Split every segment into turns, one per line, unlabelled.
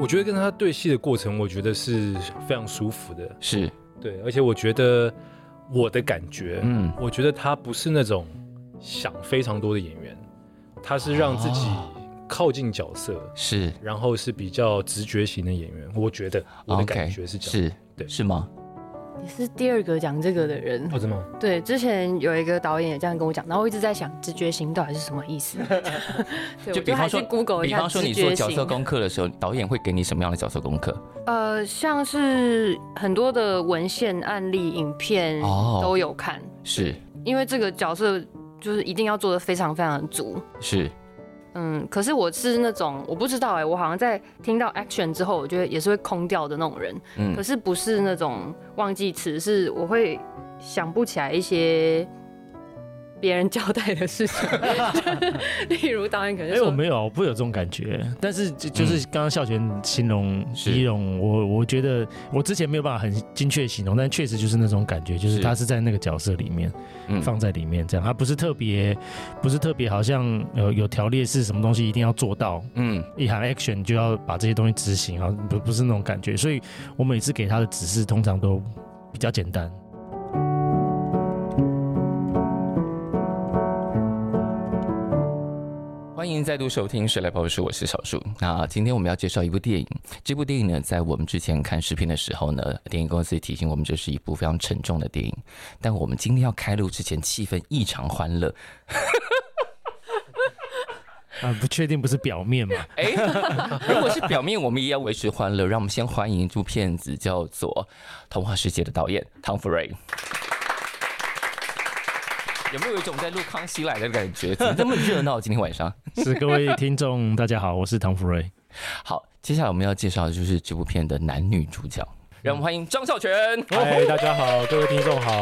我觉得跟他对戏的过程，我觉得是非常舒服的。
是，
对，而且我觉得我的感觉，
嗯，
我觉得他不是那种想非常多的演员，他是让自己
啊
靠近角色，
是
然后是比较直觉型的演员。我觉得我的
OK，
感觉是这样。
是，
对
是吗？
也是第二个讲这个的人。
哦，真的吗？
对，之前有一个导演也这样跟我讲，然后我一直在想直觉型到底是什么意思。 对，我
比
还
方说
是 Google 一
比
下
方说
直
你做
觉
角色
型。
功课的时候，导演会给你什么样的角色功课？
呃，像是很多的文献案例、影片
哦
都有看，
是
因为这个角色就是一定要做的非常非常的足。
是
嗯，可是我是那种我不知道哎、我好像在听到 action 之后，我觉得也是会空掉的那种人。
嗯
可是不是那种忘记词，是我会想不起来一些别人交代的事情，例如导演可能
哎、
说，
我没有，我不会有这种感觉。但是就就是刚刚孝全形容
是
仪容，我我觉得我之前没有办法很精确形容，但确实就是那种感觉，就是
是
他是在那个角色里面
嗯
放在里面这样，他不是特别不是特别好像呃有条列式什么东西一定要做到，
嗯
一喊 action 就要把这些东西执行啊，不不是那种感觉。所以我每次给他的指示通常都比较简单。
欢迎再度收听《谁来报数》，我是小树。那今天我们要介绍一部电影，这部电影呢，在我们之前看视频的时候呢，电影公司也提醒我们这是一部非常沉重的电影。但我们今天要开录之前，气氛异常欢乐。
啊，不确定不是表面嘛？
哎， 如果是表面，我们也要维持欢乐。让我们先欢迎一部片子，叫做《童话世界》的导演汤福瑞。有没有一种在录《康熙来了》的感觉？怎么这么热闹？今天晚上？
是各位听众，大家好，我是唐福瑞。
好，接下来我们要介绍的就是这部片的男女主角，让我们欢迎张孝全。
嗨，哎大家好，各位听众好。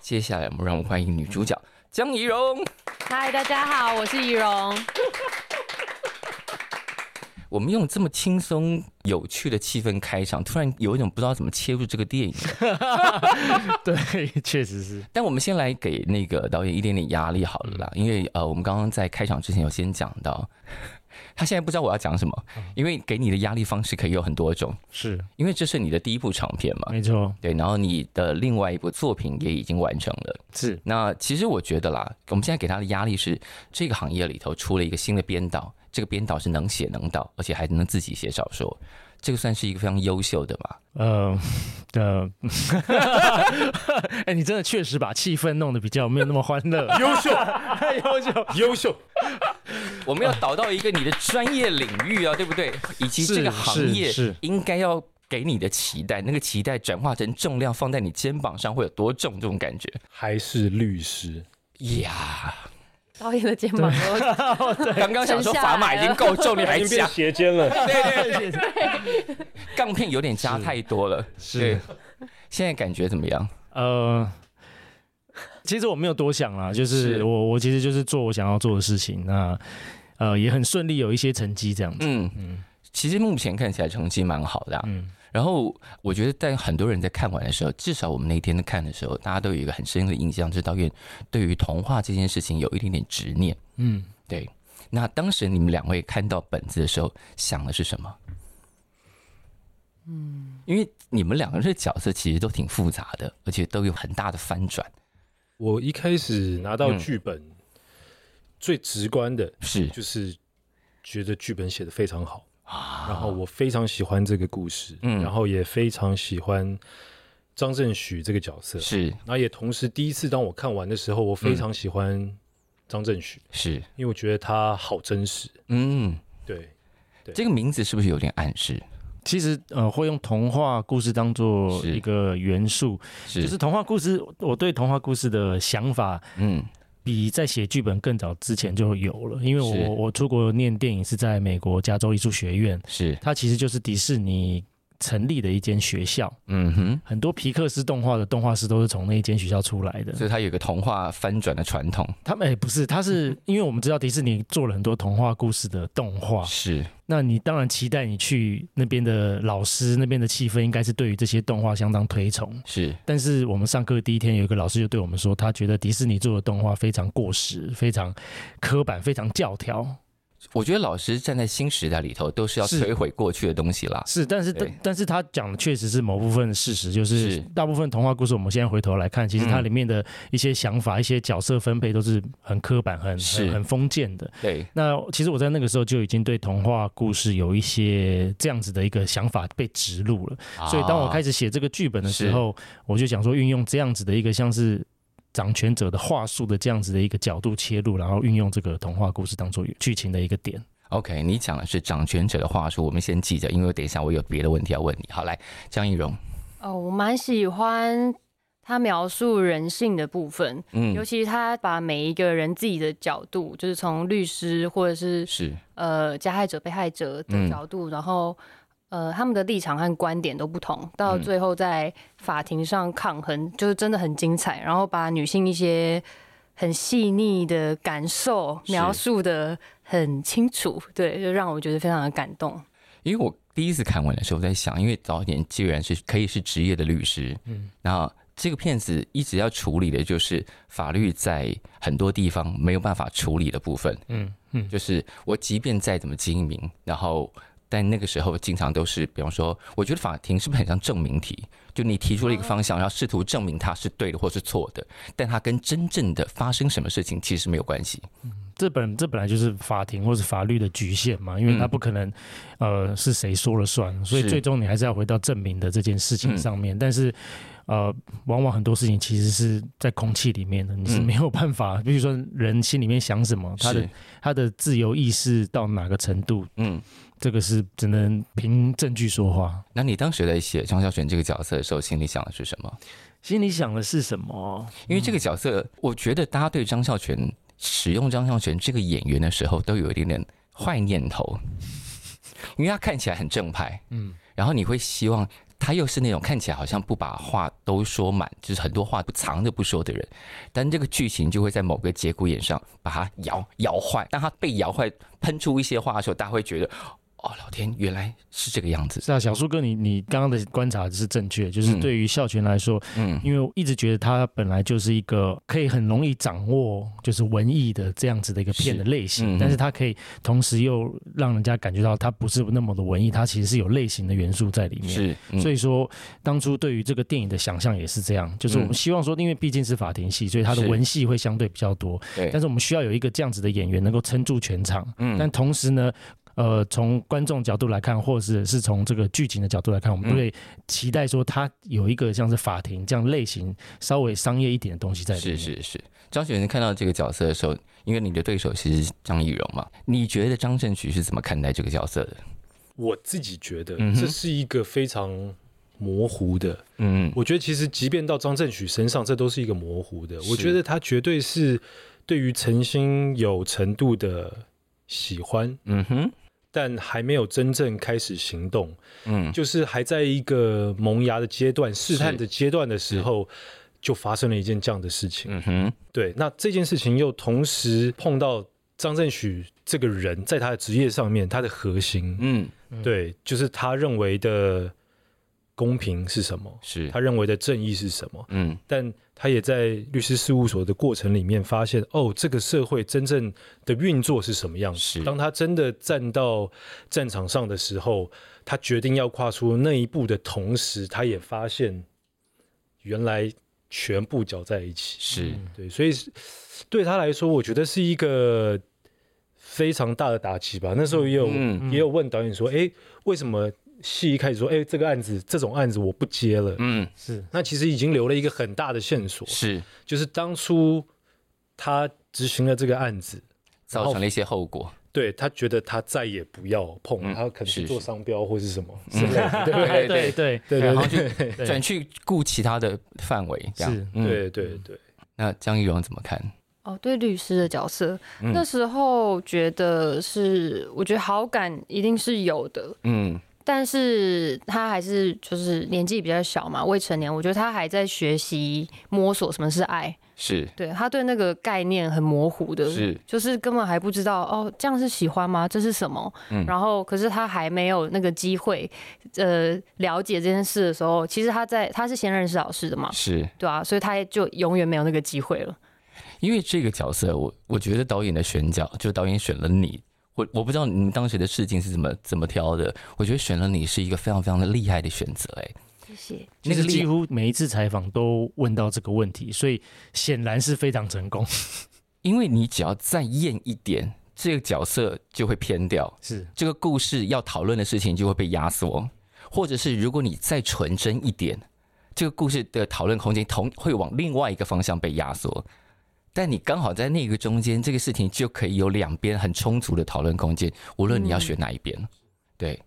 接下来我们让我们欢迎女主角江怡蓉。
嗨，大家好，我是怡容，
我们用这么轻松有趣的气氛开场，突然有一种不知道怎么切入这个电影。
对，确实是。
但我们先来给那个导演一点点压力好了啦，因为呃，我们刚刚在开场之前有先讲到， 他现在不知道我要讲什么，因为给你的压力方式可以有很多种，
是，
因为这是你的第一部长片嘛，
没错，
对，然后你的另外一部作品也已经完成了。
是
那其实我觉得啦，我们现在给他的压力是，这个行业里头出了一个新的编导，这个编导是能写能导，而且还能自己写小说，这个算是一个非常优秀的嘛。
呃 呃，哎、你真的确实把气氛弄得比较没有那么欢 乐。
优秀，优秀，优秀。
我们要导到一个你的专业领域啊，对不对？以及这个行业
是是是
应该要给你的期待，那个期待转化成重量放在你肩膀上会有多重，这种感觉
还是律师，
呀。
导演的肩膀都
刚刚想说砝码已经够重，你 还讲
斜肩了。
杠片有点加太多了，对。现在感觉怎么样？
呃，其实我没有多想啦，就是
是
我我其实就是做我想要做的事情，那呃也很顺利，有一些成绩这样子。
嗯嗯，其实目前看起来成绩蛮好的、啊。
嗯，
然后我觉得，在很多人在看完的时候，至少我们那天看的时候，大家都有一个很深的印象，就是导演对于童话这件事情有一点点执念。
嗯，
对。那当时你们两位看到本子的时候，想的是什么？嗯，因为你们两个人的角色其实都挺复杂的，而且都有很大的翻转。
我一开始拿到
嗯
剧本，最直观的
是
就是觉得剧本写的非常好，然后我非常喜欢这个故事，
啊嗯
然后也非常喜欢张振许这个角色，
是嗯
然后也同时第一次当我看完的时候，我非常喜欢张振许，
是，
因为我觉得他好真实，
嗯，
对，对
这个名字是不是有点暗示？
其实呃会用童话故事当做
是
一个元素，
是，
就是童话故事，我对童话故事的想法
嗯，
比在写剧本更早之前就有了，因为
是
我我出国念电影是在美国加州艺术学院，
是
它其实就是迪士尼成立的一间学校，
嗯哼，
很多皮克斯动画的动画师都是从那一间学校出来的。
所以它有一个童话翻转的传统，
他们哎、不是，他是因为我们知道迪士尼做了很多童话故事的动画，
是
那你当然期待你去那边的老师那边的气氛，应该是对于这些动画相当推崇。
是，
但是我们上课第一天，有一个老师就对我们说，他觉得迪士尼做的动画非常过时、非常刻板、非常教条。
我觉得老师站在新时代里头，都是要
是
摧毁过去的东西啦。
是，但是
啊对
但但是他讲的确实是某部分的事实，就是
是
大部分童话故事，我们现在回头来看，其实它
嗯
里面的一些想法、一些角色分配都是很刻板、很
是
很很封建的。
对，
那其实我在那个时候就已经对童话故事有一些这样子的一个想法被植入了。
啊
所以当我开
始
始写这个剧本的时候，我就想说运用这样子的一个像是掌权者的话术的这样子的一个角度切入，然后运用这个童话故事当做剧情的一个点。
啊 OK，你讲的是掌权者的话术，我们先记着，因为等一下我有别的问题要问你。好，来，江一荣，
哦，我蛮喜欢他描述人性的部分，尤
嗯，
其他把每一个人自己的角度，就是从律师或者是
是
呃加害者、被害者
嗯
的角度，然后呃他们的立场和观点都不同，到
嗯
最后在法庭上抗衡，就是真的很精彩。然后把女性一些很细腻的感受
是
描述的很清楚，对，就让我觉得非常的感动。
因为我第一次看完的时候，我在想，因为早一点既然是可以是职业的律师，嗯，然后这个片子一直要处理的就是法律在很多地方没有办法处理的部分，
嗯嗯，
就是我即便再怎么精明，然后但那个时候经常都是，比方说，我觉得法庭是不是很像证明题？就你提出了一个方向，然后试图证明它是对的或是错的，但它跟真正的发生什么事情其实没有关系。
这本这本来就是法庭或是法律的局限嘛，因为它
嗯
不可能，呃，是谁说了算，所以
是
最终你还是要回到证明的这件事情上面。但是，呃，往往很多事情其实是在空气里面的，你是
嗯
没有办法，比如说人心里面想什么，他的
是，
他的自由意识到哪个程度，
嗯。
这个是只能凭证据说话。
那你当时在写张孝全这个角色的时候，心里想的是什么？
心里想的是什么？
因为这个角色，我觉得大家对张孝全使用张孝全这个演员的时候，都有一点点坏念头，因为他看起来很正派，嗯，然后你会希望他又是那种看起来好像不把话都说满，就是很多话不藏着不说的人，但这个剧情就会在某个节骨眼上把他摇摇坏，当他被摇坏喷出一些话的时候，大家会觉得。哦，老天，原来是这个样子。
是啊，小树哥你，你刚刚的观察是正确，就是
嗯
对于孝全来说，
嗯，
因为我一直觉得他本来就是一个可以很容易掌握就是文艺的这样子的一个片的类型，
是嗯
但是他可以同时又让人家感觉到他不是那么的文艺，他其实是有类型的元素在里面。
是，嗯
所以说，当初对于这个电影的想象也是这样，就是我们
嗯
希望说，因为毕竟是法庭戏，所以它的
是
文戏会相对比较多，
对
但是我们需要有一个这样子的演员能够撑住全场。
嗯
但同时呢，呃，从观众角度来看，或者是是从这个剧情的角度来看，我
嗯
们都会期待说它有一个像是法庭这样类型稍微商业一点的东西在里面。
是，是是，张雪仁看到这个角色的时候，因为你的对手其实是张艺荣嘛，你觉得张振曲是怎么看待这个角色的？
我自己觉得
嗯哼
这是一个非常模糊的。
嗯，
我觉得其实即便到张振许身上，这都是一个模糊的。
是
我觉得他绝对是对于陈星有程度的喜欢，
嗯哼，
但还没有真正开始行动，
嗯，
就是还在一个萌芽的阶段、试探的阶段的时候，就发生了一件这样的事情。
嗯哼，
对，那这件事情又同时碰到张振许这个人在他的职业上面，他的核心，
嗯，
对，就是他认为的公平是什么，
是
他，认为的正义是什么，
嗯，
但他也在律师事务所的过程里面发现，哦，这个社会真正的运作是什么样
是
子。当他真的站到战场上的时候，他决定要跨出那一步的同时，他也发现原来全部搅在一起。
是，
对，所以是对他来说，我觉得是一个非常大的打击吧。那时候也有、
嗯
也有问导演说，哎、为什么戏一开始说，哎、这个案子这种案子我不接了？
嗯，
是
那其实已经留了一个很大的线索，
是，
就是当初他执行了这个案子，
造成了一些后果。
对他觉得他再也不要碰，
嗯
他可能
是
去做商标或是什么之
嗯
类的，对不对？
对对
对
对
然后
对对
对
转去顾其他的范围，这样
是
嗯
对对对，
那江一荣怎么看？
哦，对律师的角色，
嗯
那时候觉得是，我觉得好感一定是有的，
嗯，
但是他还是就是年纪比较小嘛，未成年，我觉得他还在学习摸索什么是爱，
是
对他对那个概念很模糊的，
是
就是根本还不知道哦，这样是喜欢吗？这是什么？
嗯
然后可是他还没有那个机会，呃，了解这件事的时候，其实他在他是先认识老师的嘛，
是，
对啊，所以他就永远没有那个机会了。
因为这个角色，我我觉得导演的选角，就导演选了你，我我不知道你们当时的试镜是怎么怎么挑的，我觉得选了你是一个非常非常的厉害的选择，哎，
谢谢。
其
那个
实
厉
几乎每一次采访都问到这个问题，所以显然是非常 成功。
因为你只要再艳一点，这个角色就会偏掉，
是
这个故事要讨论的事情就会被压缩，或者是如果你再纯真一点，这个故事的讨论空间同会往另外一个方向被压缩。但你刚好在那个中间，这个事情就可以有两边很充足的讨论空间，无论你要选哪一边。对，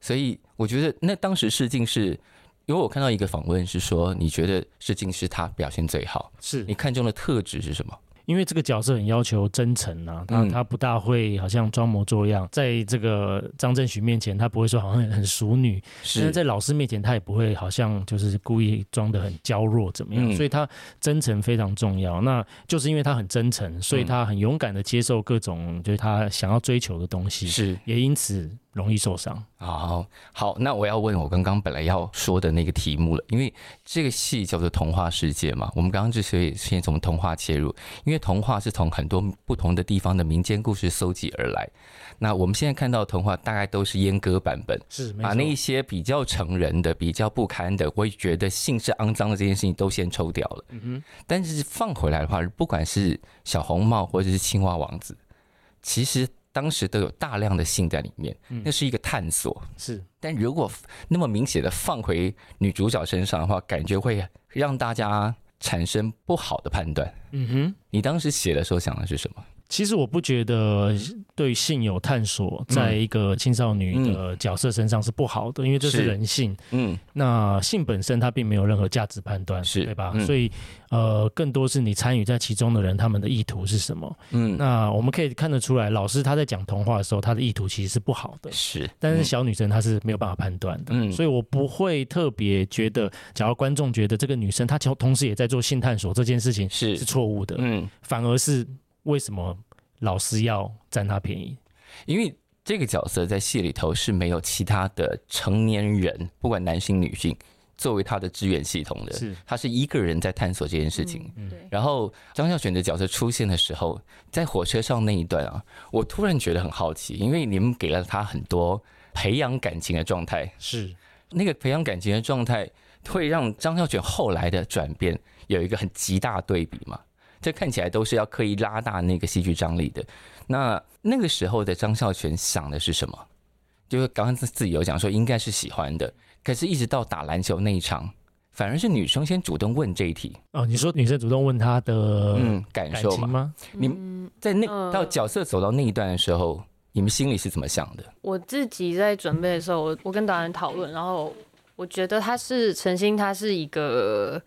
所以我觉得那当时试镜是，因为我看到一个访问是说，你觉得试镜是他表现最好，
是
你，看中的特质是什么？
因为这个角色很要求真诚啊，他、
嗯
他不大会好像装模作样，在这个张振许面前，他不会说好像很很淑女，但是在老师面前，他也不会好像就是故意装的很娇弱怎么样，
嗯
所以他真诚非常重要。那就是因为他很真诚，所
嗯
以他很勇敢的接受各种就是他想要追求的东西，
是
也因此容易受伤。
好好，那我要问我刚刚本来要说的那个题目了，因为这个戏叫做《童话世界》嘛。我们刚刚之所以先从童话切入，因为童话是从很多不同的地方的民间故事搜集而来。那我们现在看到的童话大概都是阉割版本，
是，没
把啊那一些比较成人的、比较不堪的，我也觉得性是肮脏的这件事情都先抽掉
嗯
了。但是放回来的话，不管是小红帽或者是青蛙王子，其实当时都有大量的性在里面，
嗯
那是一个探索。
是
但如果那么明显的放回女主角身上的话，感觉会让大家产生不好的判断。
嗯哼。
你当时写的时候想的是什么？
其实我不觉得对性有探索，
嗯
在一个青少女的角色身上是不好的，因为这是
是
人性。
嗯，
那性本身它并没有任何价值判断，
是
对吧？
嗯
所以呃，更多是你参与在其中的人，他们的意图是什么？
嗯
那我们可以看得出来，老师他在讲童话的时候，他的意图其实是不好的。
是，
但是小女生她是没有办法判断的，
嗯
所以我不会特别觉得，假如观众觉得这个女生她同同时也在做性探索这件事情
是
是错误的，
嗯，
反而是为什么老师要占她便宜？
因为这个角色在戏里头是没有其他的成年人，不管男性女性，作为他的支援系统的，
是
他是一个人在探索这件事情。
嗯对，
然后张孝全的角色出现的时候，在火车上那一段啊，我突然觉得很好奇，因为你们给了他很多培养感情的状态，
是
那个培养感情的状态，会让张孝全后来的转变有一个很极大对比嘛。这看起来都是要刻意拉大那个戏剧张力的。那那个时候的张孝全想的是什么？就是刚刚自己有讲说应该是喜欢的，可是一直到打篮球那一场，反而是女生先主动问这一题，
哦，你说女生主动问他的
嗯，感
感
受
情
嘛。
吗？
你
嗯，
在那
嗯
到角色走到那一段的时候，你们心里是怎么想的？
我自己在准备的时候，我我跟导演讨论，然后我觉得他是陈星，他是一个，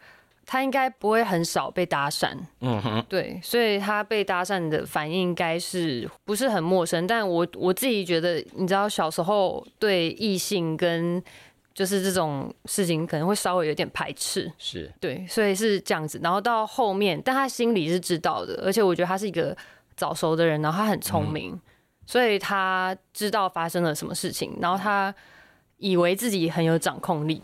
他应该不会很少被搭讪，
嗯哼，
对，所以他被搭讪的反应应该是不是很陌生？但我我自己觉得，你知道小时候对异性跟就是这种事情可能会稍微有点排斥，
是
对，所以是这样子。然后到后面，但他心里是知道的，而且我觉得他是一个早熟的人，然后他很聪明，所以他知道发生了什么事情，然后他以为自己很有掌控力。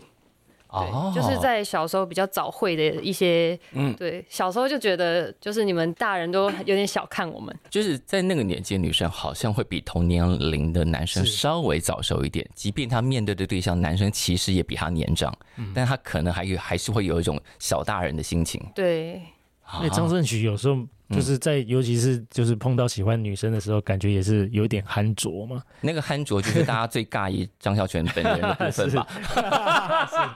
对，
哦
就是在小时候比较早会的一些，
嗯
对，小时候就觉得就是你们大人都有点小看我们，
就是在那个年纪，女生好像会比同年龄的男生
是
稍微早熟一点，即便她面对的对象男生其实也比她年长，但她可能还有还是会有一种小大人的心情。
对，
啊
那哎张胜许有时候就是在，尤其是就是碰到喜欢女生的时候，感觉也是有点憨拙嘛。
那个憨拙就是大家最尬意张孝全本人的部分吧。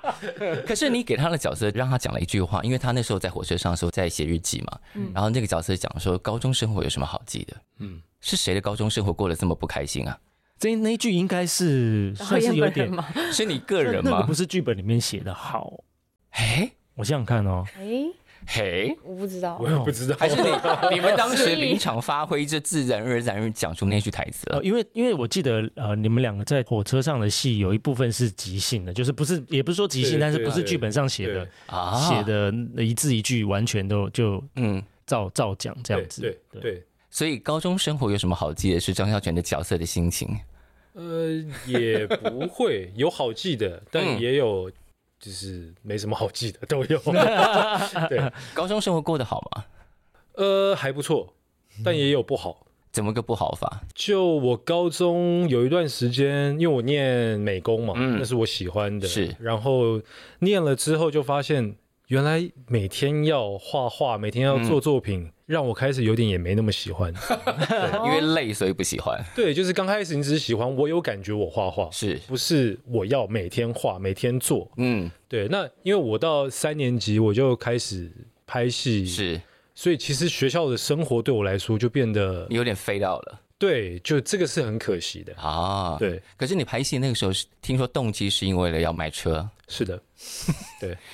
可是你给他的角色，让他讲了一句话，因为他那时候在火车上的时候在写日记嘛，然后那个角色讲说高中生活有什么好记的？嗯，是谁的高中生活过得这么不开心啊？
这那一句应该是
然后
算
也
是
没
有
人
点，
嘛，
是你个
那
人
那个
吗
不？是剧本里面写的好。
哎，
我想想看哦，
哎，
嘿，
我不知道
我，也不知道，
还是你 你们当时
所以
临场发挥，就自然而然讲出那句台词
呃，
了。
因为因为我记得呃，你们两个在火车上的戏有一部分是即兴的，就是不是也不是说即兴，
对
但是
对
不是
对
剧本上写
对
的，
啊
哦写的一字一句完全都就
嗯，
照照讲这样子。
对对对，
所以高中生活有什么好记的？是张孝全的角色的心情。
呃，也不会有好记的，但
嗯
也有就是没什么好记的都 有。对，
高中生活过得好吗？
呃，还不错，但也有不好。
怎么个不好法？
就我高中有一段时间，因为我念美工嘛，
嗯
那是我喜欢的。
是
然后念了之后就发现，原来每天要画画，每天要
嗯
做作品，让我开始有点也没那么喜 欢。
因为累，所以不喜欢。
对，就是刚开始你只是喜欢，我有感觉我画画，
是，
不是我要每天画、每天做。
嗯，
对，那因为我到三年级我就开始拍戏，，
是
所以其实学校的生活对我来说就变得
你，有点飞到了
对，就这个是很可惜的。
啊。，
对，
可是你拍戏那个时候是听说动机是因为了要买车，
是的，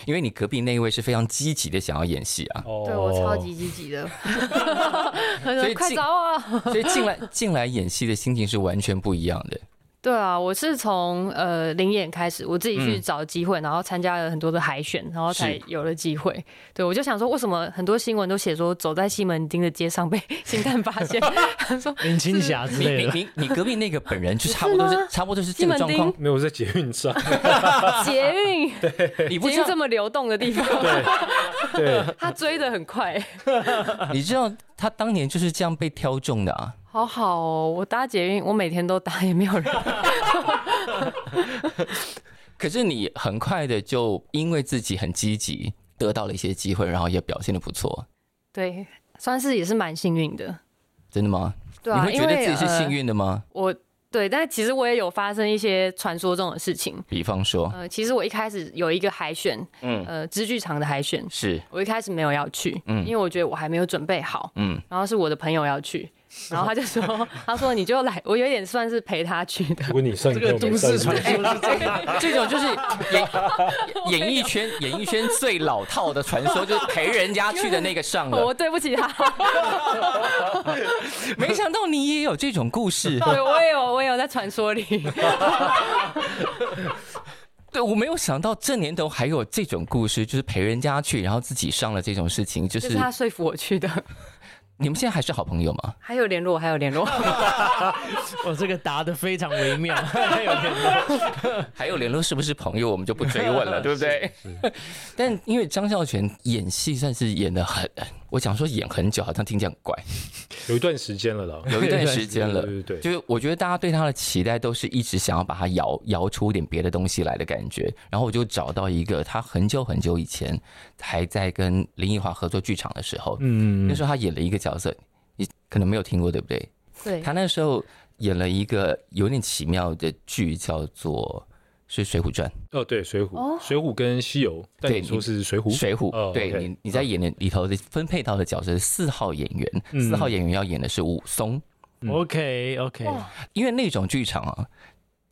因为你隔壁那一位是非常积极的想要演戏啊，
哦
对我超级积极的，他
所以
说快
进
找我。
所以进来进来演戏的心情是完全不一样的。
对啊，我是从呃零演开始，我自己去
嗯
找机会，然后参加了很多的海选，然后才
是
有了机会。对，我就想说，为什么很多新闻都写说走在西门町的街上被 星探发现？ 他说
林青霞之
你你
类 的，
你你隔壁那个本人就差不多是
是吗
差不多是这个状
西
况
门，
没有我在捷运上，
捷运，
你不
捷
知
运
道
这么流动的地方，
对，
他追的很快，
你知道他当年就是这样被挑中的啊。
好好哦。我搭捷运，我每天都搭，也没有 人。
可是你很快的就因为自己很积极，得到了一些机会，然后也表现的不错，
对，算是也是蛮幸运的。
真的吗？
对啊，
你
因
会觉得
为
自己是幸、
呃
运的吗？
我对，但其实我也有发生一些传说中的事情。
比方说，
呃，其实我一开始有一个海选，
嗯，
呃，织剧场的海选，
是，
我一开始没有要去，
嗯
因为我觉得我还没有准备好，
嗯，
然后是我的朋友要去，然后他就说，他说你就来，我有点算是陪他去的
如，果你上一个都市传说，
这种就是演演艺圈演艺圈最老套的传说，就是陪人家去的那个上
我
了。
对不起他，
没想到你也有这种故事，
对，我也有我也有在传说里，
对我没有想到这年头还有这种故事，就是陪人家去，然后自己上了这种事情，就
就是是他说服我去的，
你们现在还是好朋友吗？
还有联络，还有联络，
我这个答的非常微妙， 有点
还有联络是不是朋友，我们就不追 问了，对不对？ 但因为张孝全演戏算是演的很，我想说演很久，好像听起来很怪，
有一段时间了啦，
有一段时 间了，
对对对，
就是我觉得大家对他的期待都是一直想要把他摇摇出点别的东西来的感觉，然后我就找到一个他很久很久以前还在跟林奕华合作剧场的时候，
嗯
那时候他演了一个角色，你可能没有听过对不对？
对
他，那时候演了一个有点奇妙的剧，叫做是《水浒传
哦对，水浒，
哦
水浒跟西游，但
对
你说是水》，浒，
水浒，
哦
对
OK
你你在演的里头的分配到的角色是四号演员，
嗯
四号演员要演的是武松，
OK OK，
哇
因为那种剧场啊，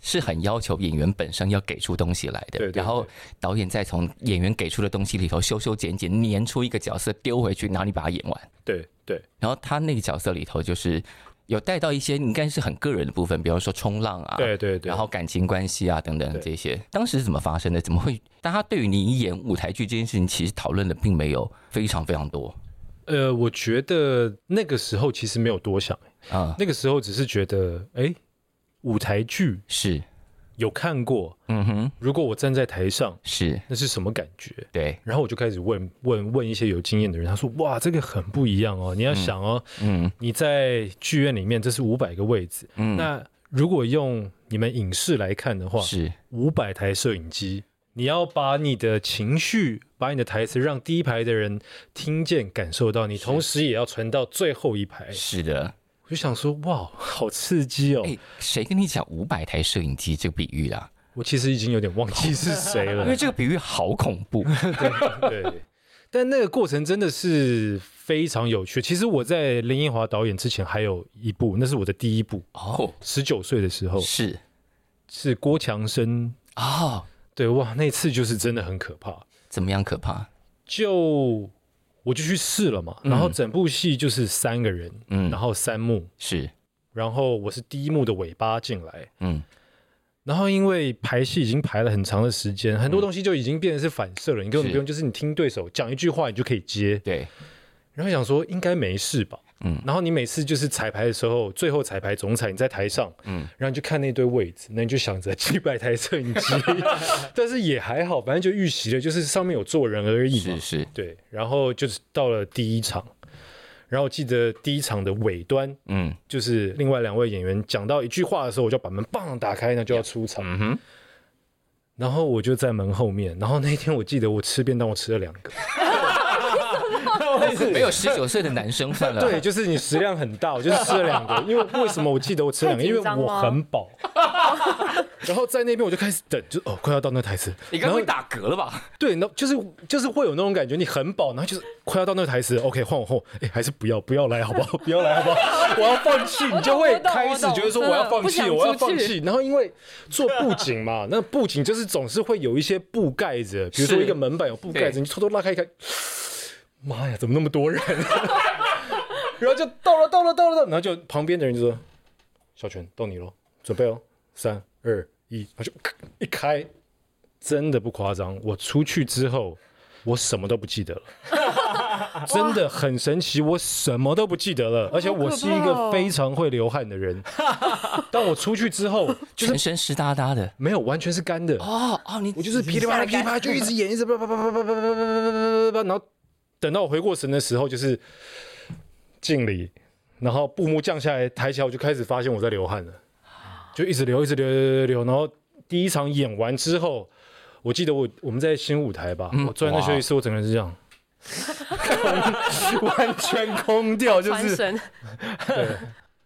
是很要求演员本身要给出东西来的，
对对
然后导演再从演员给出的东西里头修修剪剪，粘出一个角色丢回去，然后你把它演完。
对对，
然后他那个角色里头就是有带到一些应该是很个人的部分，比方说冲浪啊，
对对对，
然后感情关系啊等等
对
这些。当时是怎么发生的？怎么会？大家对于你演舞台剧这件事情，其实讨论的并没有非常非常多
呃，我觉得那个时候其实没有多想，
啊、
那个时候只是觉得，哎，舞台剧
是，
有看过，
嗯哼，
如果我站在台上，
是
那是什么感觉？
对，
然后我就开始问问问一些有经验的人，他说：“哇，这个很不一样哦！你要想哦，
嗯
你在剧院里面这是五百个位置，
嗯，
那如果用你们影视来看的话，
是
五百台摄影机，你要把你的情绪、把你的台词让第一排的人听见、感受到，你同时也要传到最后一排。
是的。”
我就想说：“哇，好刺激哦
哎、！”谁跟你讲五百台摄影机这个比喻啦、
我其实已经有点忘记是谁了
因为，这个比喻好恐 怖。
对，但那个过程真的是非常有趣。其实我在林奕华导演之前还有一部，那是我的第一部，
哦，
十九岁的时候
是
是郭强生。
哦，
对，哇，那次就是真的很可怕。
怎么样可怕？
就我就去试了嘛。
嗯
然后整部戏就是三个人，
嗯，
然后三幕，
是，
然后我是第一幕的尾巴进来。
嗯
然后因为排戏已经排了很长的时间，很多东西就已经变成是反射了，你根本
嗯是
不用，就是你听对手讲一句话，你就可以接。
对，
然后想说应该没事吧，
嗯
然后你每次就是彩排的时候，最后彩排总彩你在台上，
嗯
然后你就看那堆位置，那你就想着 几百台摄 影机，但是也还好，反正就预习了，就是上面有坐人而已嘛
是，是，
对，然后就是到了第一场，然后我记得第一场的尾端。
嗯
就是另外两位演员讲到一句话的时候，我就把门棒打开，那就要出场。
嗯哼，
然后我就在门后面。然后那天我记得我吃便当，我吃了两个。
没有十九岁的男生犯 了，
对，，就是你食量很大，我就是吃了两个。因为为什么我记得我吃两个？
太
因为
紧张哦
我
吗
很饱。 然后在那边我就开始等，就哦，快要到那台词。
你
然
刚
后
会打嗝了吧？
对，那就是就是会有那种感觉，你很饱，然后就是快要到那个台词，OK，换我后，哎，还是不要不要来好不好？不要来好不 好？我要放弃，你就会
我懂
开始觉得说
我懂
我要放弃，
真的
我要
不想
放
出去
弃。然后因为做布景嘛，那布景就是总是会有一些布盖子，比如说
是
一个门板有布盖子，
对
你偷偷拉开一看，妈呀，怎么那么多人？ 然后就到了，到了，到了，到了，然后就旁边的人就说：“小泉，到你喽，准备哦，三二一。”他就咔一开，真的不夸张，我出去之后，我什么都不记得了，真的很神奇，我什么都不记得了，而且我是一个非常会流汗的人，但我出去之后 就是
全身湿哒哒的，
没有完全是干的，
哦哦，你
我就是噼里啪啦噼里啪啦就一直演，一直叭叭叭叭叭叭叭叭叭叭叭，然后等到我回过神的时候，就是敬礼，然后布幕降下来，抬起来我就开始发现我在流汗了，就一直流，一直流，流流流，然后第一场演完之后，我记得我我们在新舞台吧，我坐在那休息室，我整个人是这样。完全空掉，就
传
是
神，
对，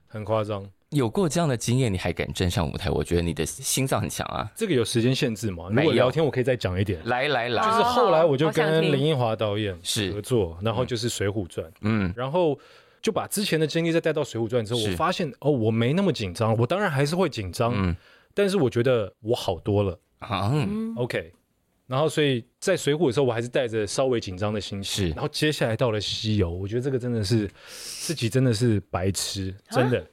很夸张。
有过这样的经验，你还敢站上舞台？我觉得你的心脏很强啊！
这个有时间限制吗？如
没有
果聊天，我可以再讲一点。
来来来，
就是后来我就
哦好想
跟
听
林奕华导演
是
合作，然后就是《水浒传》，
嗯，
然后就把之前的经历再带到《水浒传》之后，
是
我发现哦，我没那么紧张，我当然还是会紧张，
嗯
但是我觉得我好多了。
啊，嗯
OK，然后所以在《水浒》的时候，我还是带着稍微紧张的心情。
是
然后接下来到了《西游》，我觉得这个真的是自己真的是白痴，真
啊
的。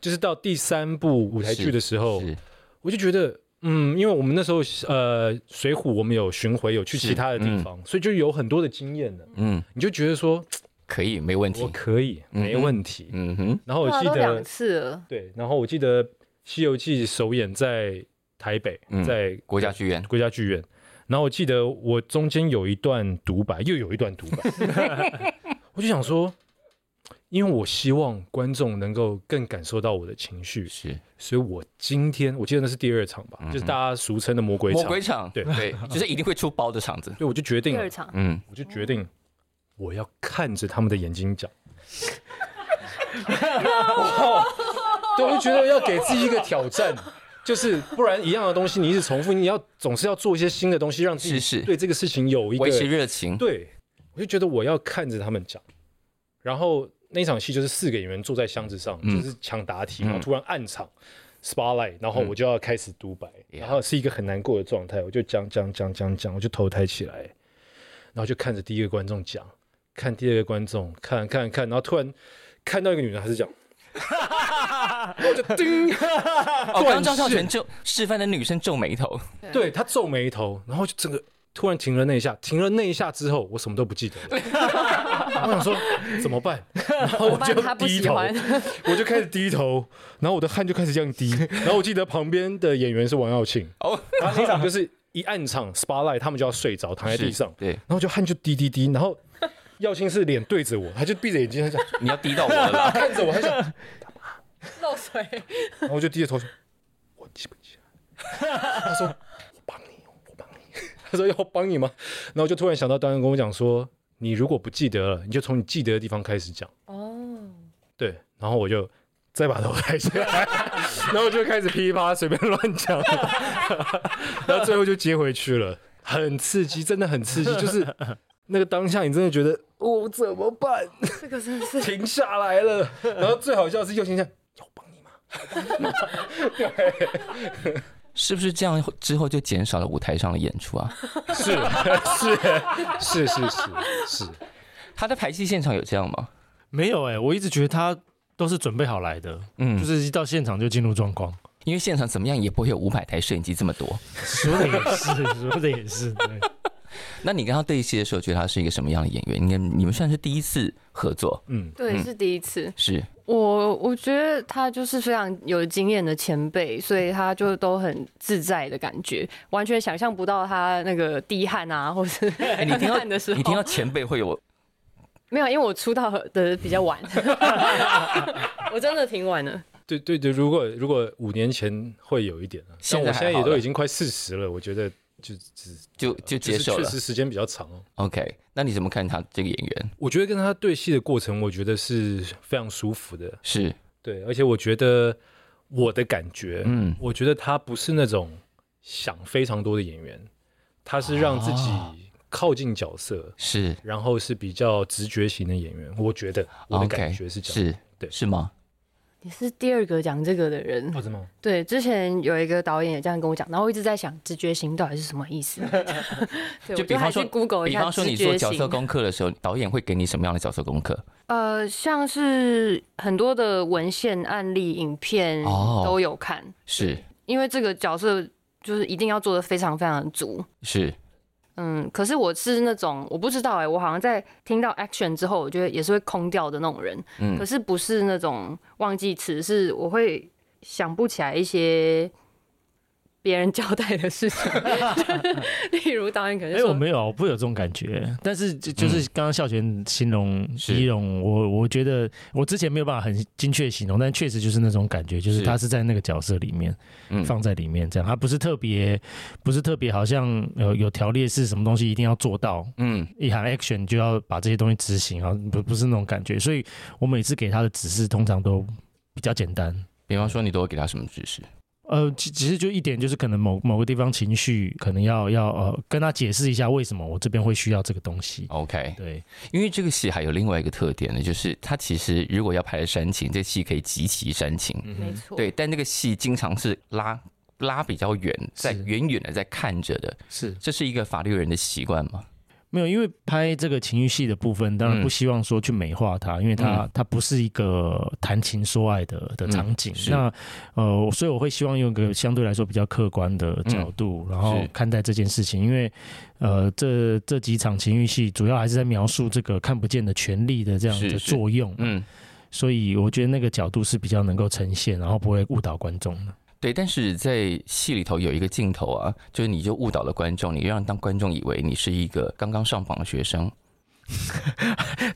就是到第三部舞台剧的时候，
是
我就觉得，嗯，因为我们那时候呃，《水浒》我们有巡回，有去
是
其他的地
嗯
方，所以就有很多的经验了。
嗯，
你就觉得说
可以，没问
我
题。
可以，没问题。
嗯哼，
然后我
哇
记
啊都两
得
次了，
对，然后我记得《西游记》首演在台北，
嗯
在
国家剧院
国家剧院。然后我记得我中间有一段独白，又有一段独白， 我就想说，因为我希望观众能够更感受到我的情绪，
是
所以我今天我记得那是第二场吧，就是大家俗称的魔鬼
嗯魔
场，
鬼场，
对
对， 就是一定会出包的场子。
对，我就决定
第
了
二，场
嗯，
我就决定我要看着他们的眼睛讲。哇对，我就觉得要给自己一个挑战，就是不然一样的东西你一直重复，你要总是要做一些新的东西，让自己
是是
对这个事情有一个
维持热情。
对，我就觉得我要看着他们讲。然后那一场戏就是四个演员坐在箱子上，
嗯
就是抢答题，然后突然暗场。spotlight，然后我就要开始独白，
嗯 Yeah
然后是一个很难过的状态，我就讲讲讲讲讲，我就头抬起来，然后就看着第一个观众讲，看第二个观众看看看，然后突然看到一个女的，还是讲， 我就叮，
哦，刚刚
断
赵孝
线
全就示范的女生皱眉头，
对他皱眉头，然后就整个突然停了那一下，停了那一下之后，我什么都不记得了。 我想说怎么 办？然后我
怎么办他
就
不
低
喜
头
欢，
我就开始低头，然后我的汗就开始这样滴。然后我记得旁边的演员是王耀庆，
哦
哦，他那场就是一暗场 spotlight，他们就要睡着，躺在地
是
上，
对，
然后就汗就滴滴滴，然后。耀庆是脸对着我，他就闭着眼睛，他想。
你要滴到我了啦
看着我，他想，
漏水，
然后我就低着头说：“我记不起来。”他说：“我帮你，我帮你。”他说：“要帮你吗？”然后我就突然想到导演跟我讲说：“你如果不记得了，你就从你记得的地方开始讲。
哦，”
对，然后我就再把头抬起来， 然后我就开始噼里啪啦随便乱讲，然后最后就接回去了，很刺激，真的很刺激，就是那个当下你真的觉得我、哦怎么办？
这个真的是
停下来了，然后最好笑的是右心想。要帮你吗？
是不是这样之后就减少了舞台上的演出啊？
是是是是是是，
他在排戏现场有这样吗？
没有哎、我一直觉得他都是准备好来的，
嗯，
就是一到现场就进入状况。
因为现场怎么样也不会有五百台摄影机这么多。
说的也是， 说的也是，对。
那你跟他对戏的时候，觉得他是一个什么样的演员？你们你们算是第一次合作，
嗯，
对，
嗯
是第一次。
是
我我觉得他就是非常有经验的前辈，所以他就都很自在的感觉，完全想象不到他那个低汗啊，或是
哎
哎你听到
汗的时候，
你听到前辈会有
没有？因为我出道的比较晚， 我真的挺晚的。
对对对，如果如果五年前会有一点啊，
现
但
在
我
还
现在也
好
都
了
已经快四十了，我觉得就只
就就接受
哦是
了
确实时间比较长哦。
？OK，那你怎么看他这个演员？
我觉得跟他对戏的过程，我觉得是非常舒服的，
是
对，而且我觉得我的感觉，
嗯
我觉得他不是那种想非常多的演员，他是让自己
哦
靠近角色，
是
然后是比较直觉型的演员。我觉得我的感觉
OK，
是这样，
是
对
是吗？
你是第二个讲这个的人，
哦，真的吗？
对，之前有一个导演也这样跟我讲，然后我一直在想直觉型到底是什么意思。 对，
就
我
比
还
方说
是 Google 一
比
下
方说
直
你做
觉
角色
型。
功课的时候，导演会给你什么样的角色功课？
呃，像是很多的文献案例、影片
哦
都有看，
是
因为这个角色就是一定要做的非常非常的足。
是
嗯，可是我是那种我不知道哎、我好像在听到 action 之后，我觉得也是会空掉的那种人。
嗯
可是不是那种忘记词，是我会想不起来一些别人交代的事情， 就是例如导演可能
哎、
说，
我没有，我不会有这种感觉。但是就就是刚刚孝全形容
嗯是
仪容，我我觉得我之前没有办法很精确形容，但确实就是那种感觉，就是
是
他是在那个角色里面
嗯
放在里面这样，他不是特别不是特别好像呃有条列式什么东西一定要做到，
嗯
一喊 action 就要把这些东西执行啊，不不是那种感觉。所以我每次给他的指示通常都比较简单，
比方说你都会给他什么指示？
呃，其其实就一点就是可能某某个地方情绪可能要要呃跟他解释一下为什么我这边会需要这个东西。
OK，
对，
因为这个戏还有另外一个特点呢，就是它其实如果要拍煽情，这戏可以极其煽情，
没
嗯
嗯
错，
对，但那个戏经常是拉拉比较远，在
是
远远的在看着的，
是
这是一个法律人的习惯嘛？
没有，因为拍这个情绪戏的部分，当
嗯
然不希望说去美化它，因为它、
嗯
它不是一个谈情说爱的的场景。
是
那呃，所以我会希望用一个相对来说比较客观的角度，然后
是
看待这件事情，因为呃，这这几场情绪戏主要还是在描述这个看不见的权利的这样
是
的
是
作用。
嗯，
所以我觉得那个角度是比较能够呈现，然后不会误导观众的。
对。但是在戏里头有一个镜头啊，就是你就误导了观众，你让当观众以为你是一个刚刚上榜的学生。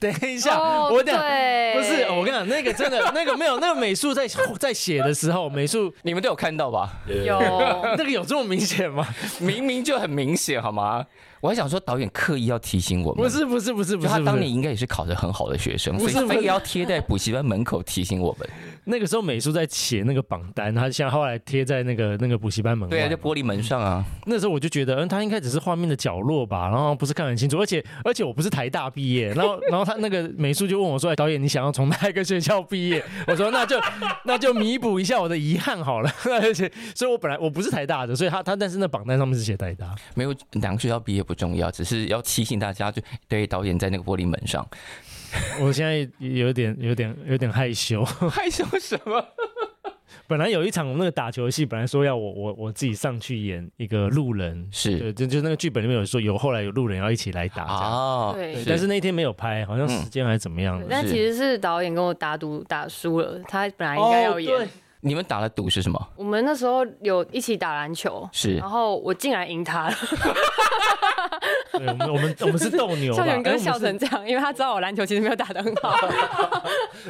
等一
哦
我等下
对，
不是我跟你讲，那个真 的，那个没有，那个美术在在写的时候，美 术
你们都有看到吧？
有
那个有这么明显吗？
明明就很明显，好吗？我还想说，导演刻意要提醒我们，
不是，不是，不是，不
就他
是，不
当年
是。
应该也是考得很好的学生，
不
所
是
以
不
非
是
要贴在补习班门口提醒我们。
那个时候美术在写那个榜单，他像后来贴在那个那个补习班门外。
对啊，在玻璃门上啊。
那时候我就觉得，嗯，他应该只是画面的角落吧，然后不是看得很清楚，而且而且我不是台大毕业，然后 然后他那个美术就问我说，哎导演你想要从哪一个学校毕业？ 我说那就那就弥补一下我的遗憾好了， 而且所以我本来我不是台大的，所以他他但是那榜单上面是写台大，
没有哪个学校毕业不重要，只是要提醒大家，就对导演在那个玻璃门上
我现在有点有点有点害羞。
害羞什么？
本来有一场我们那个打球戏，本来说要我我我自己上去演一个路人，
是
对，就就那个剧本里面有说有后来有路人要一起来打这样
啊，
对
对但是那天没有拍，好像
嗯
时间还是怎么样
对
的。
但
是
其实是导演跟我打赌打输了，他本来应
哦
该要演。
哦你们打的赌是什么？
我们那时候有一起打篮球，
是
哦
然后我竟然赢他了，
对，我们我们我们是斗 牛吧？
校园
哎
哥
我们
笑
是
成这样，因为他知道我篮球其实没有打得很好，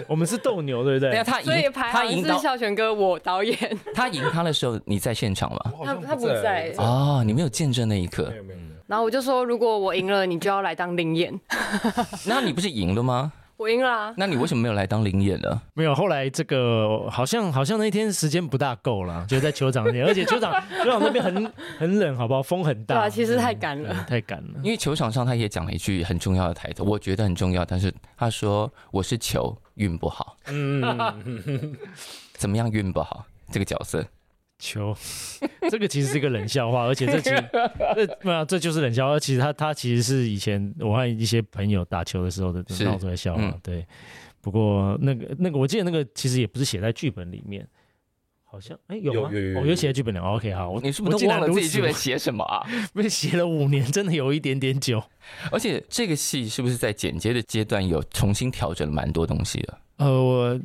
我们是斗牛，对不
对
对
啊，？他
所以
赢，
排
他
行
赢
是
到
校园哥我导演，
他赢他的时候，你在现场吗？
我好
他
像
他不在，
哦，你没有见证那一刻
没，有没有没有，
然后我就说如果我赢了，你就要来当灵演，
那你不是赢了吗？
我赢了、啊。
那你为什么没有来当灵演呢？
没有。后来这个好像好像那天时间不大够了，就在球场那边，而且球场 球场那边很很冷，好不好？风很
对
大，
啊，其
嗯
实太赶
对
了。
太赶了。
因为球场上他也讲了一句很重要的台词，我觉得很重要，但是他说我是球运不好，
嗯，
怎么样运不好这个角色？
球， 这个其实是一个冷笑话，而且这 其实这没有，这就是冷笑话。其实他他其实是以前我和一些朋友打球的时候的
是
闹出来的笑话。
嗯
对，不过那个那个，我记得那个其实也不是写在剧本里面，好像哎有吗？
有有有有
哦有写在剧本里。哦 OK，好，我
你是不是
我竟
都忘了
然如
自己
此
剧本写什么啊？
被写了五年，真的有一点点久。
而且这个戏是不是在剪接的阶段有重新调整了蛮多东西的？
呃，我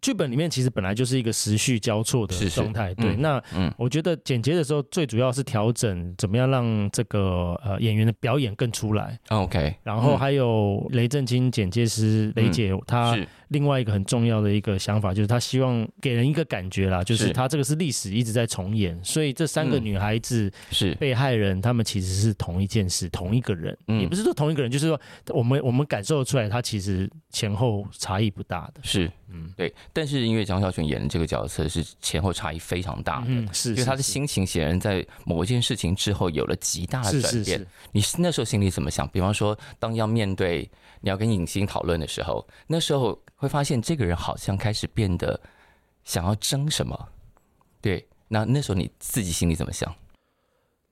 剧本里面其实本来就是一个时序交错的
是是
状态。对，
嗯
那
嗯，
我觉得剪接的时候，最主要是调整怎么样让这个呃演员的表演更出来，
OK，
然后
嗯
还有雷震清剪接师雷姐，她
是
另外一个很重要的一个想法就是，她希望给人一个感觉啦，就是
是
她这个是历史一直在重演，所以这三个
嗯
女孩子
是
被害人，她们其实是同一件事，同一个人，
嗯
也不是说同一个人，就是说我们我们感受得出来，她其实前后差异不大的，
是，
嗯
对。但是因为张孝全演的这个角色是前后差异非常大的，
嗯，是，
因为他的
是
心情显然在某一件事情之后有了极大的
是
转
是
变
是。，
你那时候心里怎么想？比方说，当要面对你要跟影星讨论的时候，那时候会发现这个人好像开始变得想要争什么。对，那那时候你自己心里怎么想？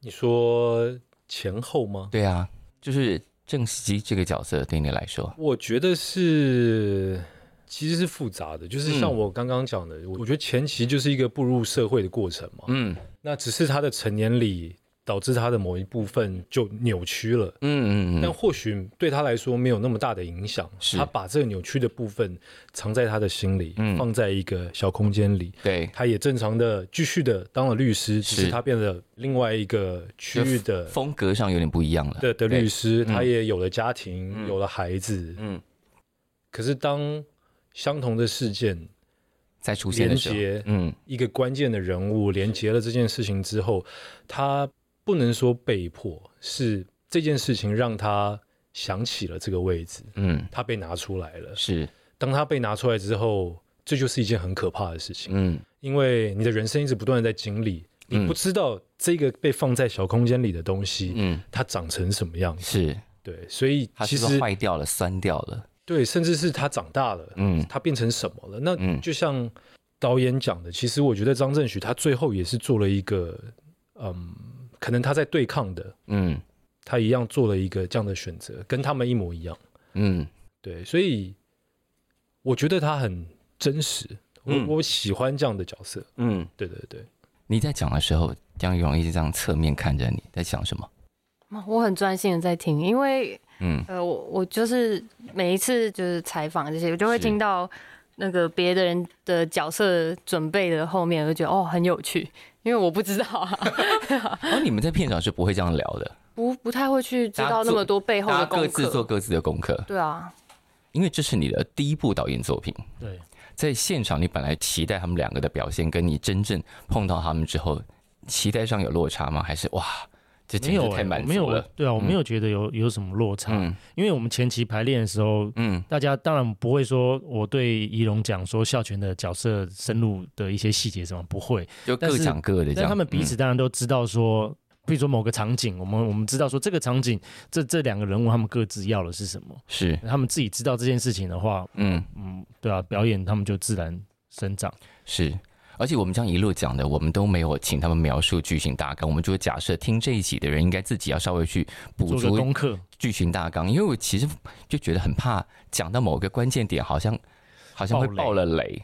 你说前后吗？
对啊，就是郑希这个角色对你来说，
我觉得是，其实是复杂的，就是像
嗯
我刚刚讲的，我我觉得前期就是一个步入社会的过程嘛，
嗯
那只是他的成年礼导致他的某一部分就扭曲了。
嗯嗯
但
嗯，
或许对他来说没有那么大的影响，
是
他把这个扭曲的部分藏在他的心里，
嗯
放在一个小空间里，
对，
他也正常的继续的当了律师，只
是
是他变得另外一个区域的
风格上有点不一样了。
的的律
对
师，
嗯
他也有了家庭，
嗯
有了孩子。
嗯，
可是当相同的事件
在出现
连
的时候，
接
嗯，
一个关键的人物，连接了这件事情之后，他不能说被迫，是这件事情让他想起了这个位置，
嗯，
他被拿出来了。
是，
当他被拿出来之后，这就是一件很可怕的事情，
嗯，
因为你的人生一直不断的在经历，你
嗯
不知道这个被放在小空间里的东西，
嗯，
它长成什么样子。
是，
对，所以
他
其
是不是
实
坏掉了、酸掉了？
对，甚至是他长大了，
嗯
他变成什么了？
嗯
那就像导演讲的，其实我觉得张振许他最后也是做了一个，嗯，可能他在对抗的，
嗯
他一样做了一个这样的选择，跟他们一模一样。
嗯，
对，所以我觉得他很真实，我、
嗯
我喜欢这样的角色。
嗯，
对对对，
你在讲的时候，江玉荣一直这样侧面看着你，在想什么？
我很专心的在听，因为
嗯，
呃，我我就是每一次就是采访这些，我就会
是
听到那个别的人的角色准备的后面，我就觉得哦很有趣，因为我不知道啊，
哦，你们在片场是不会这样聊 的，
不不太会去知道那么多背后
大家
的
各
功
自做
课。
各自的功课，
对啊，
因为这是你的第一部导演作品，
对。
在现场你本来期待他们两个的表现，跟你真正碰到他们之后，期待上有落差吗？还是哇，这
没
简直
有、
太
欸，
满
没有
足了？，
对啊，我
嗯
没有觉得有有什么落差，
嗯
因为我们前期排练的时候，
嗯
大家当然不会说我对仪龙讲说孝全的角色深入的一些细节什么不会，
就
但
各
是
讲各的这
但
样。嗯
他们彼此当然都知道说，比如说某个场景，我们我们知道说这个场景，这这两个人物他们各自要的是什么，
嗯是，
他们自己知道这件事情的话，
嗯
嗯，对啊，表演他们就自然生长，
是。而且我们这样一路讲的，我们都没有请他们描述剧情大纲，我们就假设听这一集的人应该自己要稍微去补
做个
足
功课，
剧情大纲，因为我其实就觉得很怕讲到某个关键点，好像好像会爆
爆
了雷。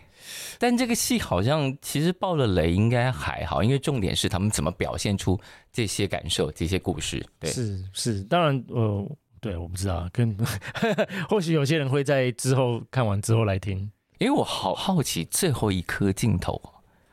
但这个戏好像其实爆了雷应该还好，因为重点是他们怎么表现出这些感受、这些故事。对，
是是，当然呃。对，我不知道，跟 或许有些人会在之后看完之后来听，
因为我好好奇最后一颗镜头。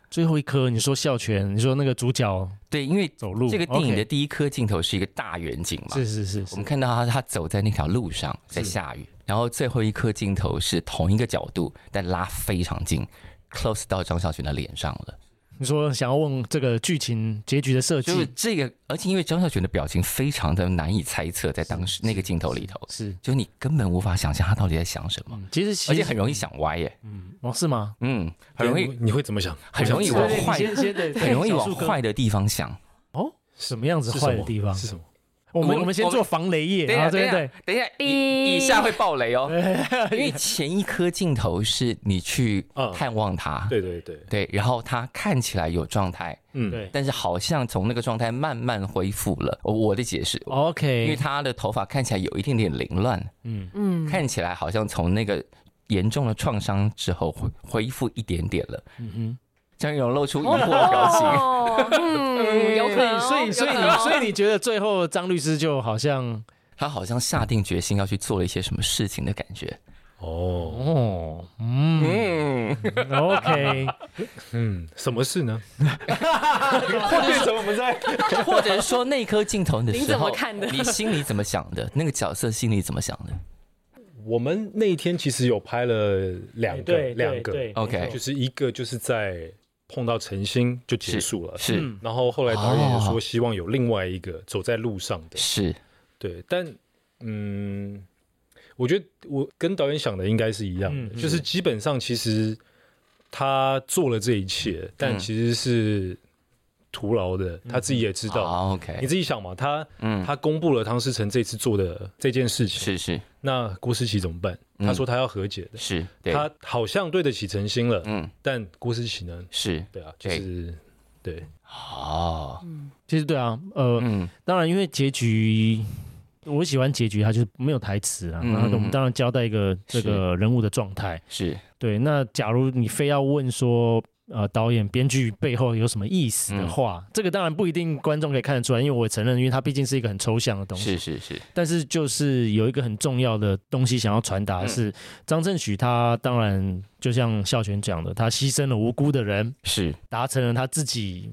最后一颗，你说孝全，你说那个主角
对，因为
走路，
这个电影的
嗯 OK，
第一颗镜头是一个大远景嘛，
是是是
我
是
们，看到他他走在那条路上，在
是
下雨，然后最后一颗镜头是同一个角度，但拉非常近，close 到张小泉的脸上了。
你说想要问这个剧情结局的设计
就是这个，而且因为张孝全的表情非常的难以猜测，在当时那个镜头里头，
是，
就你根本无法想象他到底在想什么，
嗯，其实其
而
实
且很容易想歪耶，
哦是吗？
嗯，很容易
你你会怎么想？
很容易
我
往
想知道
坏，
先先得
很容易往坏的地方想，
什么样子
是什
坏的
么
地方，
是什么？
我
我
们
们
我们先
我们
做防雷液，
等一下，
然后
等
对
一下
对，，
等一下，以以下会爆雷哦，因为前一颗镜头是你去
嗯
探望 他，
对对对，
对，然后他看起来有状态，
嗯，
对
但是好像从那个状态慢慢恢复了。我我的解释，因为
，OK，
他的头发看起来有一点点凌乱，
嗯，
嗯，
看起来好像从那个严重的创伤之后恢恢复一点点了。嗯哼，张玉荣露出疑惑的表情。
哦，嗯，有可能哦，
所以所以
有
你
可能哦
所以你觉得最后张律师就好像
他好像下定决心要去做了一些什么事情的感 觉。
哦，
哦，嗯
嗯，
，OK，
嗯，什么事 呢？或者什么我们在
或者说那颗镜头的时候，
您怎么看的
你心里怎么想的？那个角色心里怎么想的？
我们那一天其实有拍了两个
哎对，
两个，
对
OK
没
就
错
是一个就是在碰到陈星就结束了，
是、
嗯
然后后来导演也
哦
说希望有另外一个走在路上的，
是，
对，但嗯，我觉得我跟导演想的应该是一样的，
嗯嗯
就是基本上其实他做了这一切，但
嗯
其实是徒劳
嗯
的，他自己也知道。
好
你
OK，
自己想嘛，他
啊嗯，
他公布了汤思成这次做的这件事情，
是是
那郭思琪怎么办？
嗯
他说他要和解的，
是，对，
他好像对得起陈星了，
嗯
但郭思琪呢？
是，
对啊，就是对，
哦，
其实对啊，呃，
嗯
当然因为结局。我喜欢结局，它就是没有台词啊，
嗯
然后我们当然交代一个这个人物的状态。
是，
对，那假如你非要问说，呃，导演、编剧背后有什么意思的话，这个当然不一定观众可以看得出来，因为我也承认，因为它毕竟是一个很抽象的东西。
是是是，
但是就是有一个很重要的东西想要传达的
嗯
是，张振许他当然就像孝全讲的，他牺牲了无辜的人，
是
达成了他自己，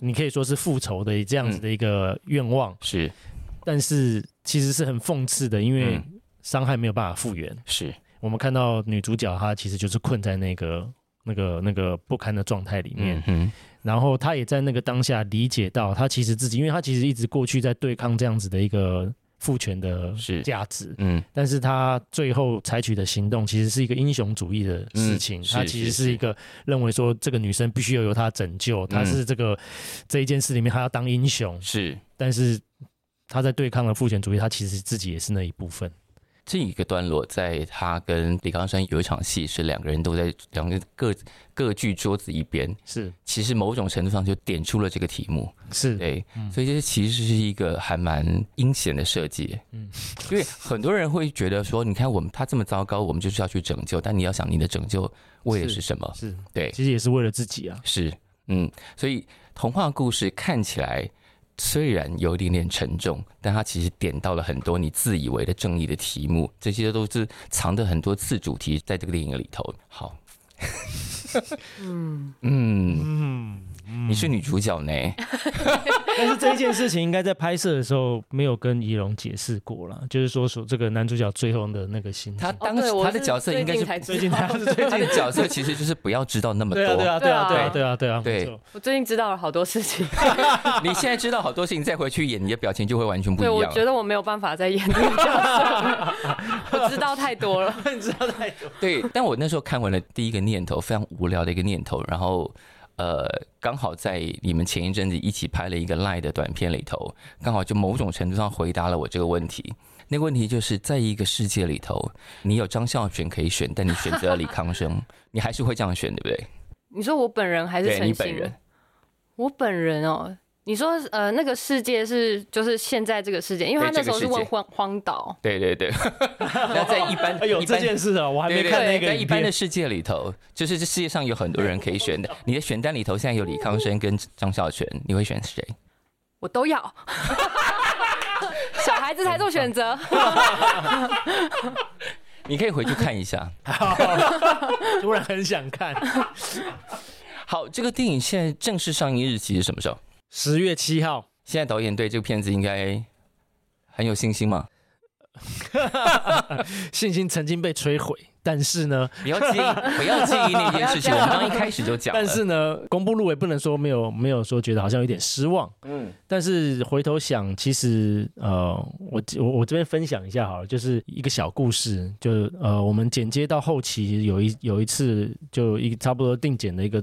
你可以说是复仇的这样子的一个愿望，
是
但是其实是很讽刺的，因为
嗯
伤害没有办法复原。
是，
我们看到女主角她其实就是困在那个。那个那个不堪的状态里面，
嗯哼，
然后她也在那个当下理解到，她其实自己，因为她其实一直过去在对抗这样子的一个父权的
是
价值，
嗯
但是他最后采取的行动其实是一个英雄主义的事情，
嗯是
他其实
是
是一个认为说这个女生必须要由他拯救，他
嗯
是这个这一件事里面他要当英雄，
是。
但是他在对抗了父权主义，他其实自己也是那一部分。
这一个段落，在他跟李康山有一场戏是两个人都在两个各各据桌子一边，
是
其实某种程度上就点出了这个题目，
是，
对，所以这其实是一个还蛮阴险的设计，嗯，因为很多人会觉得说，你看我们他这么糟糕，我们就是要去拯救，但你要想你的拯救为的
是
是什么？
是，
对，
其实也是为了自己啊。
是，嗯，所以童话故事看起来虽然有一点点沉重，但它其实点到了很多你自以为的正义的题目，这些都是藏的很多次主题在这个电影里头。好，
嗯，
嗯，
嗯，
你是女主角呢，
但是这一件事情应该在拍摄的时候没有跟仪容解释过了，就是说说这个男主角最后的那个心
她
情。
当
哦对
时
我
她的角色应该
最
是
近才知道
最近他是最
她
近
的角色其实就是不要知道那么
对啊对
多。
啊对啊对啊
对啊
对啊对啊，
对
没错
我最近知道了好多事情，
你现在知道好多事情，再回去演你的表情就会完全不一
对
样
我
了。
觉得我没有办法再演这个角色 了，我知道太多了。
对，但我那时候看完了第一个念头，非常无聊的一个念头，然后呃，刚好在你们前一阵子一起拍了一个 Line 的短片里头，刚好就某种程度上回答了我这个问题。那个问题就是在一个世界里头，你有张孝全可以选，但你选择了李康生，你还是会这样选，对不对？
你说我本人还是
对
陈
你
星？
本人，
我本人哦，你说呃，那个世界是就是现在这个世界，因为他
对这
那时
个
候是
世界
问荒荒岛，
对对 对。那在一般
哎呦，
一
这
般
件事啊，我还没
对对
看那
对，
个
在
影
一般
片
的世界里头，就是这世界上有很多人可以选的。你的选单里头现在有李康生跟张孝全，你会选谁？
我都要。 小孩子才做选择，
你可以回去看一下。
突然很想看。
好，这个电影现在正式上映日期是什么时候？
十月七号，
现在导演对这个片子应该很有信心嘛？
信心曾经被摧毁，但是呢，
不要介 意，不要介意那件事情，
不
我
要
们
这样
刚一开始就讲了。
但是呢，公布入围不能说没有没有说觉得好像有点失望，
嗯，
但是回头想，其实呃，我我我这边分享一下好了，就是一个小故事，就是呃，我们剪接到后期有一有一次就一个差不多定剪的一个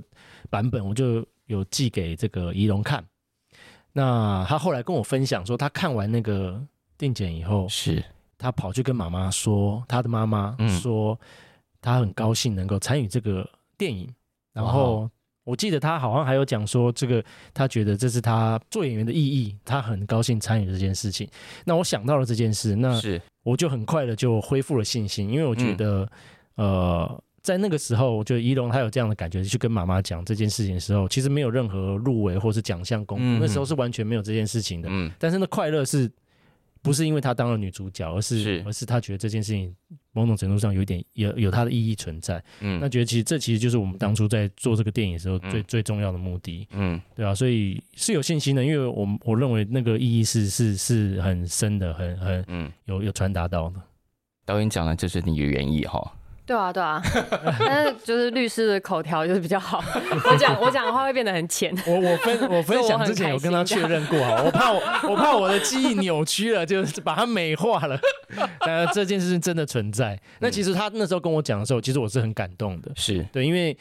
版本，我就有寄给这个仪容看。那他后来跟我分享说，他看完那个定检以后，
是
他跑去跟妈妈说，他的妈妈
嗯
说，他很高兴能够参与这个电影。然后我记得他好像还有讲说，这个他觉得这是他做演员的意义，他很高兴参与这件事情。那我想到了这件事，那
是，
我就很快的就恢复了信心，因为我觉得，
嗯
呃。在那个时候，我觉得仪龙他有这样的感觉，去跟妈妈讲这件事情的时候，其实没有任何入围或是奖项公布，
嗯
那时候是完全没有这件事情的。
嗯，
但是那快乐是不是因为她当了女主角，而是
是
而是她觉得这件事情某种程度上有一点有有它的意义存在。
嗯
那觉得其实这其实就是我们当初在做这个电影的时候最、
嗯
最重要的目的，
嗯
对啊，所以是有信心的，因为我我认为那个意义是是是很深的，很很
嗯，
有有传达到的。
导演讲了，这是你的原意哈。
对啊，对啊， 但是就是律师的口条就是比较好， 我讲我讲的话会变得很浅。
我我分我 分
所以我
享
很
之前有跟他
开心
确认过啊，我怕我我怕我的记忆扭曲了，就是把它美化 了。呃，这件事情真的存在。
嗯
那其实他那时候跟我讲的时候，其实我是很感动的。
是，
对，因为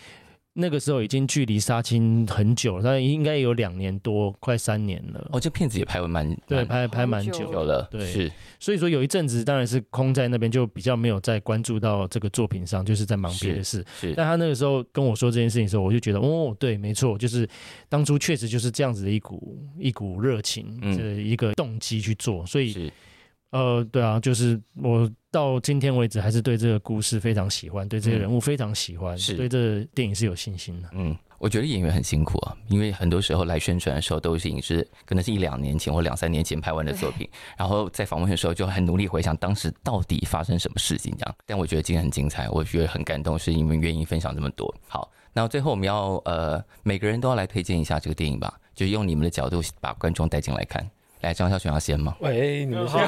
那个时候已经距离杀青很久了，大概应该有两年多，快三年了。
哦，这片子也拍完蛮
对，
蛮
拍拍蛮
好久
久
久
了，
了，
对
是
所以说有一阵子当然是空在那边，就比较没有再关注到这个作品上，就是在忙别的事。
是，
但他那个时候跟我说这件事情的时候，我就觉得，哦，对，没错，就是当初确实就是这样子的一股一股热情，
嗯
这一个动机去做，所以
是，
呃，对啊，就是我到今天为止还是对这个故事非常喜欢，对这个
嗯
人物非常喜欢，
是
对这个电影是有信心的。
嗯，我觉得演员很辛苦啊，因为很多时候来宣传的时候都是影视，可能是一两年前或两三年前拍完的作品， 然后在访问的时候就很努力回想当时到底发生什么事情这样。但我觉得今天很精彩，我觉得很感动，是你们愿意分享这么多。好，那最后我们要呃，每个人都要来推荐一下这个电影吧，就用你们的角度把观众带进来看。来，张孝全要先吗？
喂，你们先，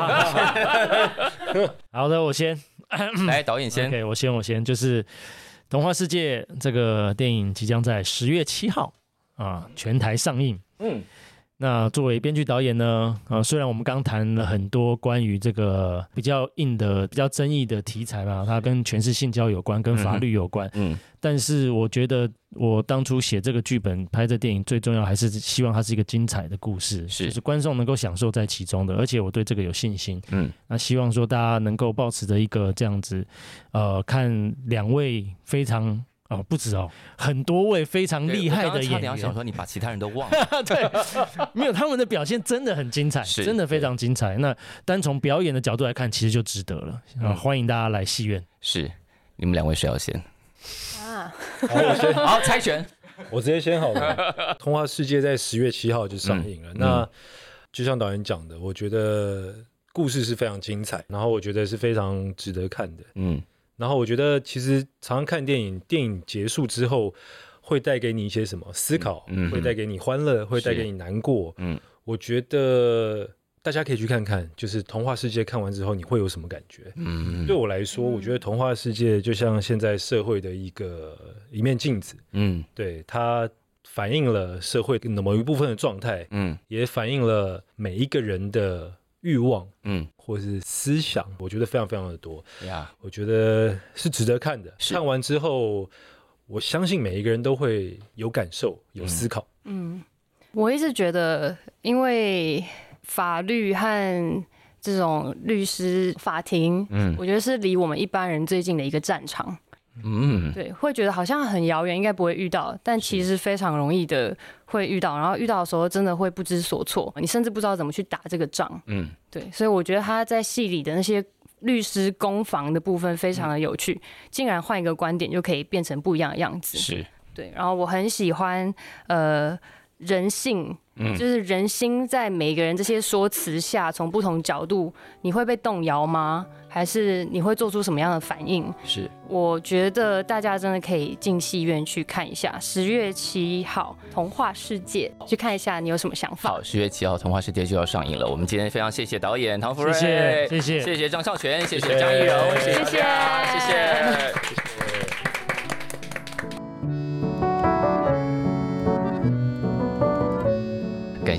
好的，我先
来，导演先。
嗯，OK，我先，我先，就是《童话世界》这个电影即将在十月七号啊全台上映。
嗯，
那作为编剧导演呢，呃，虽然我们刚谈了很多关于这个比较硬的、比较争议的题材嘛，它跟全是性交有关，跟法律有关，
嗯，
但是我觉得我当初写这个剧本、拍这电影，最重要还是希望它是一个精彩的故事，
是
就是观众能够享受在其中的，而且我对这个有信心。
嗯，
那希望说大家能够保持着一个这样子，呃，看两位非常哦、不止哦，很多位非常
对
厉
我
害
刚刚
的
差
演
点要
员，
想说你把其他人都忘了，
对， 没有他们的表现真的很精彩，
是
真的非常精彩。那单从表演的角度来看，其实就值得了。啊，
嗯
欢迎大家来戏院。
是你们两位谁要 先？
啊，
好，我先，
好，猜拳。
我直接先好了。《童话世界》在十月七号就上映了。
嗯
那就像导演讲的，我觉得故事是非常精彩，然后我觉得是非常值得看的。
嗯，
然后我觉得其实常常看电影，电影结束之后会带给你一些什么思考，
嗯嗯
会带给你欢乐，会带给你难过。
嗯，
我觉得大家可以去看看，就是《童话世界》看完之后你会有什么感觉？
嗯
对我来说，我觉得《童话世界》就像现在社会的一个一面镜子，
嗯
对它反映了社会某一部分的状态，
嗯
也反映了每一个人的欲望
嗯
或是思想，我觉得非常非常的多。
呀，
我觉得是值得看的。
是
看完之后，我相信每一个人都会有感受、有思考。
嗯，我一直觉得，因为法律和这种律师法庭，
嗯
我觉得是离我们一般人最近的一个战场。
嗯
对，会觉得好像很遥远，应该不会遇到，但其实非常容易的会遇到，然后遇到的时候真的会不知所措，你甚至不知道怎么去打这个仗。
嗯
对，所以我觉得他在戏里的那些律师攻防的部分非常的有趣，竟然换一个观点就可以变成不一样的样子。
是
对，然后我很喜欢呃人性，
嗯
就是人心在每个人这些说辞下，从不同角度，你会被动摇吗？还是你会做出什么样的反应？
是
我觉得大家真的可以进戏院去看一下，十月七号《童话世界》，去看一下你有什么想法
好，。十月七号《童话世界》就要上映了。我们今天非常谢谢导演唐福瑞，
谢谢谢谢
谢谢张孝全，谢谢张艺柔，谢谢
谢谢
大家谢谢。感